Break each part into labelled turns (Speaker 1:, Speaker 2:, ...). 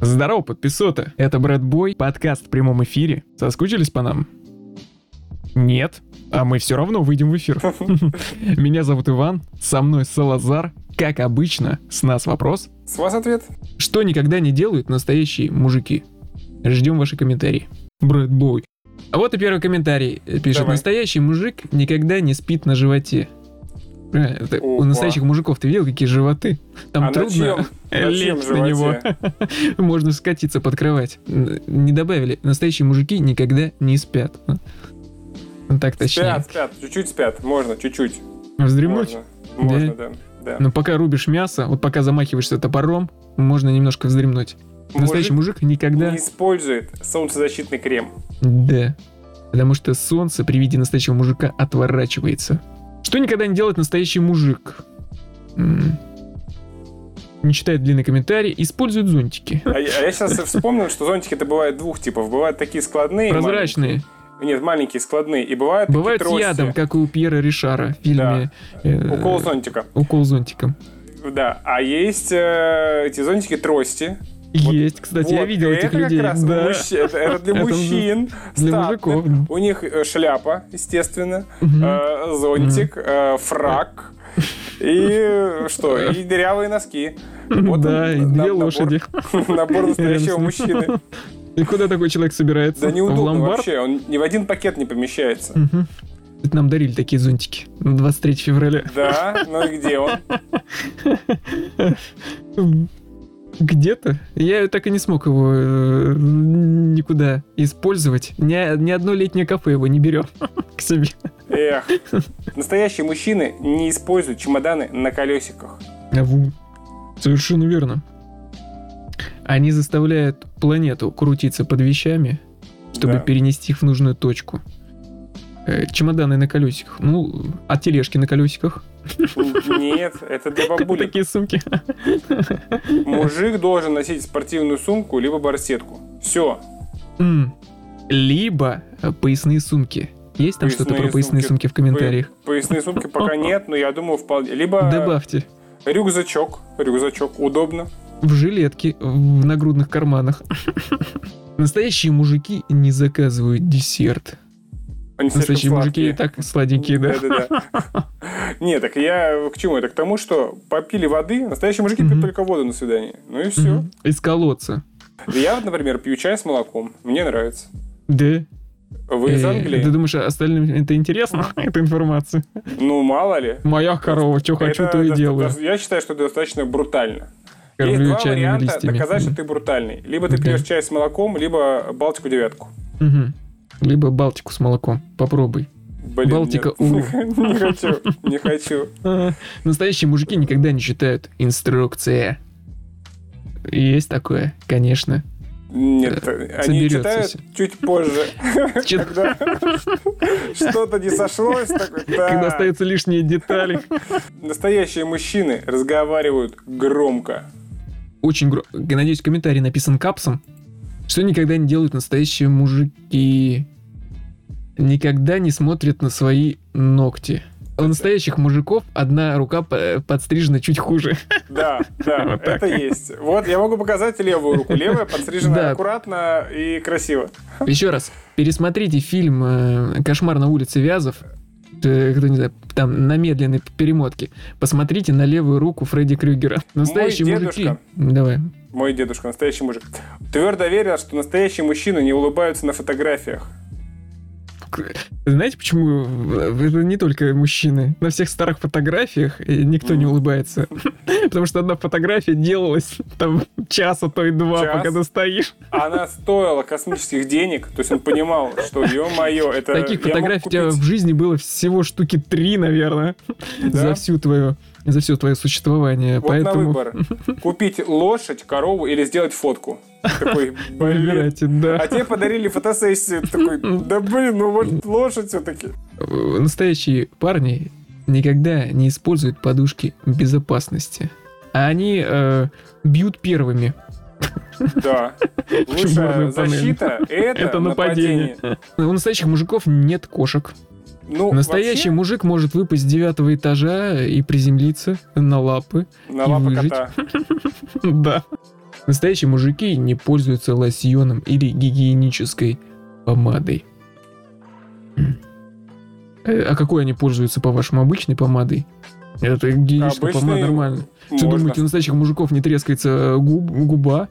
Speaker 1: Здорово, подписота! Это Брэд Бой, подкаст в прямом эфире. Соскучились по нам? Нет, а мы все равно выйдем в эфир. Меня зовут Иван, со мной Салазар. Как обычно, с нас вопрос.
Speaker 2: С вас ответ.
Speaker 1: Что никогда не делают настоящие мужики? Ждем ваши комментарии. Брэд Бой. А вот и первый комментарий. э, Пишет,
Speaker 2: Давай.
Speaker 1: настоящий мужик никогда не спит на животе. Э, это у
Speaker 2: Опа.
Speaker 1: настоящих мужиков ты видел, какие животы? Там
Speaker 2: а
Speaker 1: трудно.
Speaker 2: на чем? На чем
Speaker 1: Лечь на него.
Speaker 2: животе?
Speaker 1: Можно скатиться под кровать. Н- Не добавили. Настоящие мужики никогда не спят. Ну, Так точнее.
Speaker 2: Спят, спят, чуть-чуть спят, можно, чуть-чуть.
Speaker 1: Вздремнуть?
Speaker 2: Можно, можно, да. да.
Speaker 1: Но пока рубишь мясо, вот пока замахиваешься топором, можно немножко вздремнуть. Настоящий
Speaker 2: Мужик
Speaker 1: мужик никогда...
Speaker 2: не использует солнцезащитный крем.
Speaker 1: Да. Потому что солнце при виде настоящего мужика отворачивается. Что никогда не делает настоящий мужик? М. Не читает длинный комментарий, использует зонтики.
Speaker 2: А я, сейчас вспомнил, что зонтики-то бывают двух типов. Бывают такие складные.
Speaker 1: Прозрачные.
Speaker 2: маленькие. Нет, маленькие складные. И бывают, такие
Speaker 1: Бывают с
Speaker 2: трости.
Speaker 1: ядом, как у Пьера Ришара в фильме э,
Speaker 2: Укол зонтика.
Speaker 1: Укол зонтиком.
Speaker 2: Да. А есть э, эти зонтики трости. Вот-
Speaker 1: Есть, кстати, я
Speaker 2: Вот
Speaker 1: видел
Speaker 2: это
Speaker 1: этих людей.
Speaker 2: Как раз
Speaker 1: Да.
Speaker 2: мужч- это, это для
Speaker 1: Это
Speaker 2: мужчин.
Speaker 1: Для
Speaker 2: статных.
Speaker 1: мужиков.
Speaker 2: У них э, шляпа, естественно,
Speaker 1: Мгм.
Speaker 2: э, зонтик, э, фрак и э, что? И дырявые носки. Вот он,
Speaker 1: да, и
Speaker 2: на-
Speaker 1: две
Speaker 2: набор-
Speaker 1: лошади.
Speaker 2: Набор настоящего
Speaker 1: Рядом с ним.
Speaker 2: мужчины.
Speaker 1: И куда такой человек собирается?
Speaker 2: Да
Speaker 1: в
Speaker 2: неудобно
Speaker 1: ломбард?
Speaker 2: вообще, он ни в один пакет не помещается.
Speaker 1: Мгм. Это Нам дарили такие зонтики на 23 февраля.
Speaker 2: Да, ну и где он?
Speaker 1: Где-то. Я так и не смог его э, никуда использовать. Ни, ни одно летнее кафе его не берет к себе.
Speaker 2: Эх. Настоящие мужчины не используют чемоданы на колесиках.
Speaker 1: Ву. Совершенно верно. Они заставляют планету крутиться под вещами, чтобы
Speaker 2: Да.
Speaker 1: перенести их в нужную точку. Э, Чемоданы на колесиках. Ну, а тележки на колесиках.
Speaker 2: Нет, это для бабулек.
Speaker 1: Такие сумки.
Speaker 2: Мужик должен носить спортивную сумку либо барсетку. Все.
Speaker 1: М. Либо э, поясные сумки. Есть там что-то
Speaker 2: Поясные
Speaker 1: про поясные
Speaker 2: сумки.
Speaker 1: сумки в комментариях?
Speaker 2: Поясные сумки пока нет, но я думаю вполне. Либо
Speaker 1: Добавьте.
Speaker 2: рюкзачок. Рюкзачок удобно.
Speaker 1: В жилетке, в нагрудных карманах. Настоящие мужики не заказывают десерт.
Speaker 2: Они слишком
Speaker 1: Настоящие мужики и
Speaker 2: сладкие.
Speaker 1: так сладенькие, да?
Speaker 2: Да-да-да. Не, так я к чему? Это к тому, что попили воды, настоящие мужики
Speaker 1: Мгм.
Speaker 2: пьют только воду на свидание. Ну и все.
Speaker 1: Мгм. Из колодца.
Speaker 2: Я, вот, например, пью чай с молоком. Мне нравится.
Speaker 1: Да.
Speaker 2: Вы из
Speaker 1: Э,
Speaker 2: Англии?
Speaker 1: Ты думаешь, остальным это интересно, эта информация?
Speaker 2: Ну, мало ли.
Speaker 1: Моя корова, что хочу,
Speaker 2: Это
Speaker 1: то и
Speaker 2: доста-
Speaker 1: делаю.
Speaker 2: дос- Я считаю, что это достаточно брутально. Есть
Speaker 1: Кормлю
Speaker 2: два
Speaker 1: чайными
Speaker 2: варианта
Speaker 1: листьями.
Speaker 2: доказать, что ты брутальный. Либо ты
Speaker 1: Да.
Speaker 2: пьешь чай с молоком, либо Балтику девятку.
Speaker 1: Мгм. Либо Балтику с молоком. Попробуй.
Speaker 2: Блин,
Speaker 1: Балтика,
Speaker 2: нет.
Speaker 1: уру.
Speaker 2: Не хочу, не хочу.
Speaker 1: А, Настоящие мужики никогда не читают инструкции. Есть такое, конечно.
Speaker 2: Нет,
Speaker 1: Э,
Speaker 2: они
Speaker 1: соберется
Speaker 2: читают
Speaker 1: всё.
Speaker 2: чуть позже,
Speaker 1: Чит-
Speaker 2: когда что-то не сошлось. такой, «Да».
Speaker 1: Когда остаются лишние детали.
Speaker 2: Настоящие мужчины разговаривают громко.
Speaker 1: Очень громко. Надеюсь, комментарий написан капсом. Что никогда не делают настоящие мужики? Никогда не смотрят на свои ногти. У настоящих мужиков одна рука п- подстрижена чуть хуже.
Speaker 2: Да, да,
Speaker 1: Вот так.
Speaker 2: это есть. Вот, я могу показать левую руку. Левая
Speaker 1: Да.
Speaker 2: подстрижена аккуратно и красиво.
Speaker 1: Еще раз, пересмотрите фильм э, «Кошмар на улице Вязов». Э, Кто не знает, там на медленной перемотке. Посмотрите на левую руку Фредди Крюгера. Настоящие мужики.
Speaker 2: дедушка.
Speaker 1: Давай.
Speaker 2: Мой дедушка, настоящий мужик. Твердо верил, что настоящие мужчины не улыбаются на фотографиях.
Speaker 1: Знаете, почему э, это не только мужчины? На всех старых фотографиях э, никто не
Speaker 2: Мгм.
Speaker 1: улыбается. Потому что одна фотография делалась там часа, то и два,
Speaker 2: Час?
Speaker 1: пока ты стоишь.
Speaker 2: Она стоила космических денег. То есть он понимал, что, ё-моё, это...
Speaker 1: Таких
Speaker 2: я мог
Speaker 1: фотографий у тебя
Speaker 2: купить.
Speaker 1: в жизни было всего штуки три, наверное,
Speaker 2: Да?
Speaker 1: за всю твою за все твое существование.
Speaker 2: Вот на
Speaker 1: Поэтому
Speaker 2: выбор. Купить лошадь, корову или сделать фотку. Такой, блин.
Speaker 1: выбирайте, да.
Speaker 2: А тебе подарили фотосессию. Ты Такой, да блин, ну вот лошадь все-таки.
Speaker 1: Э, настоящие парни никогда не используют подушки безопасности. А они э, бьют первыми.
Speaker 2: Да.
Speaker 1: Чумурная
Speaker 2: Лучшая защита — это
Speaker 1: Это нападение.
Speaker 2: нападение.
Speaker 1: У настоящих мужиков нет кошек.
Speaker 2: Ну,
Speaker 1: Настоящий мужик может выпасть с девятого этажа и приземлиться на лапы.
Speaker 2: вообще, на лапы
Speaker 1: выжить.
Speaker 2: кота.
Speaker 1: Да. Настоящие мужики не пользуются лосьоном или гигиенической помадой. М. Э, А какой они пользуются, по-вашему, обычной помадой? Это гигиеническая помада
Speaker 2: Обычной
Speaker 1: нормально. Что
Speaker 2: Можно.
Speaker 1: думаете, у настоящих мужиков не трескается э, губ- губа?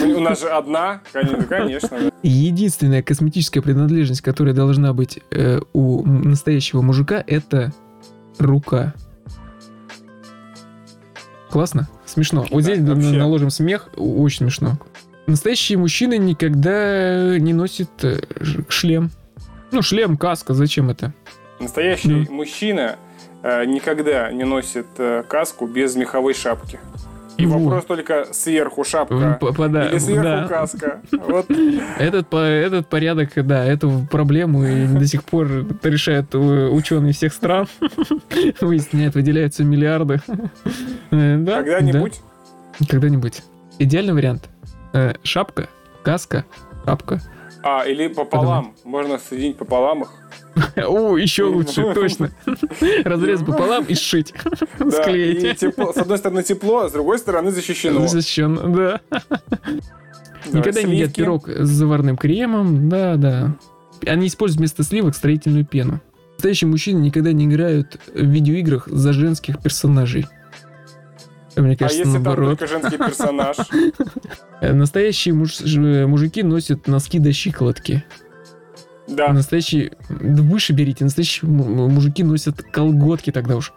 Speaker 2: У нас же одна, конечно, конечно, да.
Speaker 1: Единственная косметическая принадлежность, которая должна быть э, у м- настоящего мужика, это рука. Классно? Смешно. Вот здесь
Speaker 2: Да, вообще.
Speaker 1: наложим смех. О- Очень смешно. Настоящие мужчины никогда не носят э, ш- шлем. Ну, шлем, каска, зачем это?
Speaker 2: Настоящий
Speaker 1: Да.
Speaker 2: мужчина э, никогда не носит э, каску без меховой шапки. И
Speaker 1: Вот.
Speaker 2: вопрос только сверху
Speaker 1: М,
Speaker 2: шапка
Speaker 1: п- пода-
Speaker 2: или сверху
Speaker 1: да.
Speaker 2: каска. Вот.
Speaker 1: Этот, по- этот порядок, да, эту проблему и до сих пор решают э, ученые всех стран. Выясняют, выделяются миллиарды. Э, да,
Speaker 2: Когда-нибудь
Speaker 1: да, Когда-нибудь. Идеальный вариант. Э, Шапка, каска, шапка.
Speaker 2: А, или пополам. Можно соединить пополам их.
Speaker 1: О, еще лучше, точно. Разрез пополам и сшить.
Speaker 2: ну. Да, и
Speaker 1: Склеить.
Speaker 2: тепло- С одной стороны тепло, а с другой стороны защищено.
Speaker 1: Защищен, да.
Speaker 2: Да,
Speaker 1: Никогда не едят
Speaker 2: сливки.
Speaker 1: пирог с заварным кремом, да, да. Они используют вместо сливок строительную пену. Настоящие мужчины никогда не играют в видеоиграх за женских персонажей. Мне
Speaker 2: А
Speaker 1: кажется,
Speaker 2: если там
Speaker 1: наоборот.
Speaker 2: только женский персонаж?
Speaker 1: Э, Настоящие муж- ж- э, мужики носят носки до щиколотки.
Speaker 2: Да.
Speaker 1: Настоящие... Да выше берите. Настоящие му- мужики носят колготки тогда уж.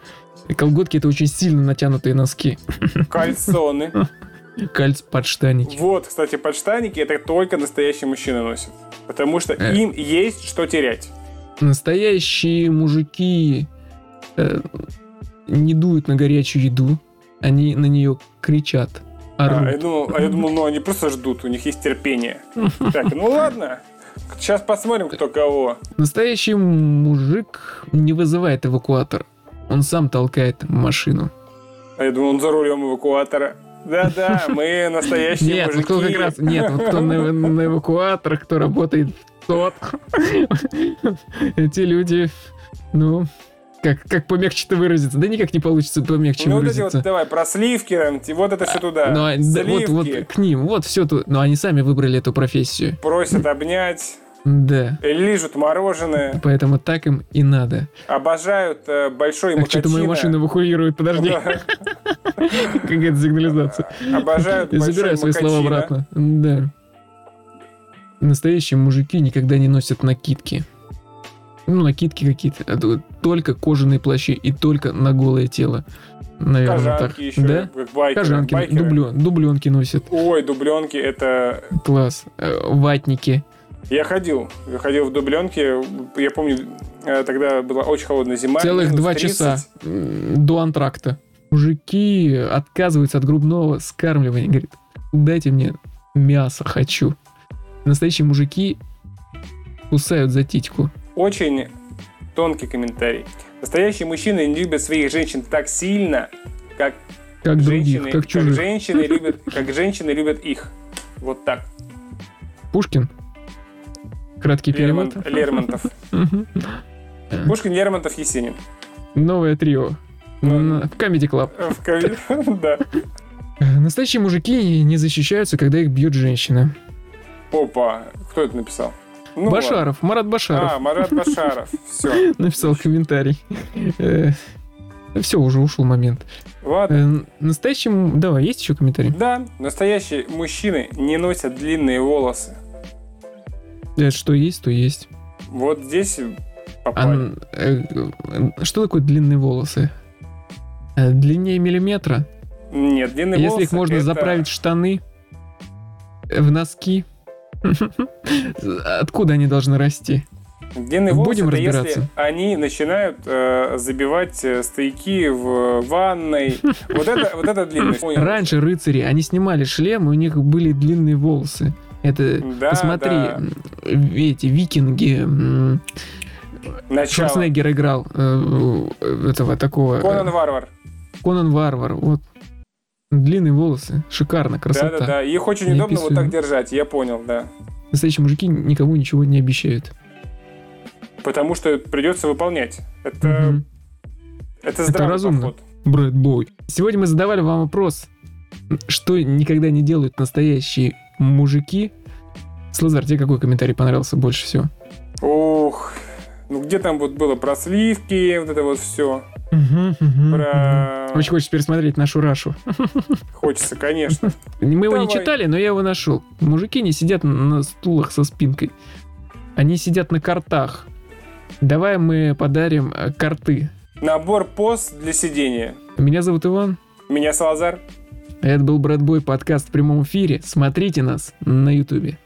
Speaker 1: И Колготки это очень сильно натянутые носки.
Speaker 2: Кальсоны.
Speaker 1: Кальц подштанники.
Speaker 2: Вот, кстати, подштаники это только настоящий мужчина носит. Потому что
Speaker 1: Э.
Speaker 2: им есть что терять.
Speaker 1: Настоящие мужики э, не дуют на горячую еду, они на нее кричат, орут.
Speaker 2: А, я думал, а я думал, ну они просто ждут, у них есть терпение. Так, ну ладно. Сейчас посмотрим, кто кого.
Speaker 1: Настоящий мужик не вызывает эвакуатор, он сам толкает машину.
Speaker 2: А я думал, он за рулем эвакуатора. Да-да, мы настоящие
Speaker 1: нет,
Speaker 2: мужики. Ну,
Speaker 1: вот кто как раз, нет, вот кто на, на эвакуаторах, кто работает, тот. Эти люди, ну, как, как помягче-то выразиться, да никак не получится помягче
Speaker 2: Ну вот эти
Speaker 1: выразиться.
Speaker 2: вот, давай, про сливки, там, те- вот это все туда.
Speaker 1: Но, а, да, вот, вот
Speaker 2: Сливки.
Speaker 1: к ним, вот все тут. Но они сами выбрали эту профессию.
Speaker 2: Просят обнять,
Speaker 1: Да.
Speaker 2: лижут мороженое,
Speaker 1: Поэтому так им и надо.
Speaker 2: обожают э, большой
Speaker 1: Так, что-то мою машину
Speaker 2: макачино.
Speaker 1: эвакуируют, подожди. Какая-то сигнализация.
Speaker 2: Обожают
Speaker 1: Я забираю свои
Speaker 2: большой
Speaker 1: слова
Speaker 2: макачино.
Speaker 1: обратно. Да. Настоящие мужики никогда не носят накидки. Ну, накидки какие-то. А то Только кожаные плащи и только на голое тело. Наверное, так.
Speaker 2: Кожанки еще,
Speaker 1: Да?
Speaker 2: как байкеры.
Speaker 1: Кожанки,
Speaker 2: байкеры.
Speaker 1: дублё- дубленки носят.
Speaker 2: Ой, дубленки, это...
Speaker 1: Класс. Э, Ватники.
Speaker 2: Я ходил, я ходил в дубленке, я помню, э, тогда была очень холодная зима.
Speaker 1: Целых
Speaker 2: минус
Speaker 1: два
Speaker 2: 30.
Speaker 1: часа м, до антракта. Мужики отказываются от грудного скармливания. Говорит, дайте мне мясо, хочу. Настоящие мужики кусают за титьку.
Speaker 2: Очень тонкий комментарий. Настоящие мужчины не любят своих женщин так сильно, как,
Speaker 1: Как
Speaker 2: женщины,
Speaker 1: других, как чужих.
Speaker 2: женщины любят, как женщины любят их. Вот так.
Speaker 1: Пушкин. Краткий перевод.
Speaker 2: Лермон- Лермонтов.
Speaker 1: Мгм.
Speaker 2: Пушкин, Лермонтов, Есенин.
Speaker 1: Новое трио.
Speaker 2: Ну,
Speaker 1: На- В Comedy Club.
Speaker 2: Э, в ковид- Да.
Speaker 1: Настоящие мужики не защищаются, когда их бьет женщина.
Speaker 2: Опа, кто это написал? Ну, ладно.
Speaker 1: Башаров, Марат Башаров.
Speaker 2: А, Марат Башаров. Все.
Speaker 1: Написал комментарий. Все, уже ушел момент.
Speaker 2: Ладно.
Speaker 1: Э, Настоящим... Давай, есть еще комментарий?
Speaker 2: Да, настоящие мужчины не носят длинные волосы.
Speaker 1: Э, Что есть, то есть.
Speaker 2: Вот здесь
Speaker 1: А,
Speaker 2: попали.
Speaker 1: э, э, что такое длинные волосы? Э, Длиннее миллиметра?
Speaker 2: Нет, длинные
Speaker 1: Если
Speaker 2: волосы
Speaker 1: их можно
Speaker 2: это-
Speaker 1: заправить в штаны, э, в носки. Откуда они должны расти?
Speaker 2: Длинные волосы
Speaker 1: Будем
Speaker 2: это если
Speaker 1: разбираться.
Speaker 2: они начинают э, забивать э, стояки в ванной. Вот это, вот это длинность. Понял.
Speaker 1: Раньше рыцари, они снимали шлем, и у них были длинные волосы. Это,
Speaker 2: Да,
Speaker 1: посмотри,
Speaker 2: да.
Speaker 1: м, эти викинги, м,
Speaker 2: Начало.
Speaker 1: Шварценеггер играл э, э, этого такого... э,
Speaker 2: Конан Варвар.
Speaker 1: Конан Варвар, вот. Длинные волосы, шикарно, красота.
Speaker 2: Да-да-да. Их очень
Speaker 1: Не
Speaker 2: удобно вот
Speaker 1: описываем.
Speaker 2: так держать, я понял, да.
Speaker 1: Настоящие мужики никому ничего не обещают.
Speaker 2: Потому что придется выполнять. Это,
Speaker 1: Мгм.
Speaker 2: это здравый
Speaker 1: разумно.
Speaker 2: подход.
Speaker 1: Брэд Бой. Сегодня мы задавали вам вопрос, Что никогда не делают настоящие мужики? Слазар, тебе какой комментарий понравился больше всего?
Speaker 2: Ух, ну где там вот было про сливки, вот это вот все. Про...
Speaker 1: Очень хочется пересмотреть нашу Рашу.
Speaker 2: Хочется, конечно.
Speaker 1: Мы его не
Speaker 2: Давай.
Speaker 1: читали, но я его нашел. Мужики не сидят на стулах со спинкой. Они сидят на картах. Давай мы подарим э, карты.
Speaker 2: Набор пост для сидения.
Speaker 1: Меня зовут Иван.
Speaker 2: Меня Салазар.
Speaker 1: Это был Брэдбой подкаст в прямом эфире. Смотрите нас на Ютубе.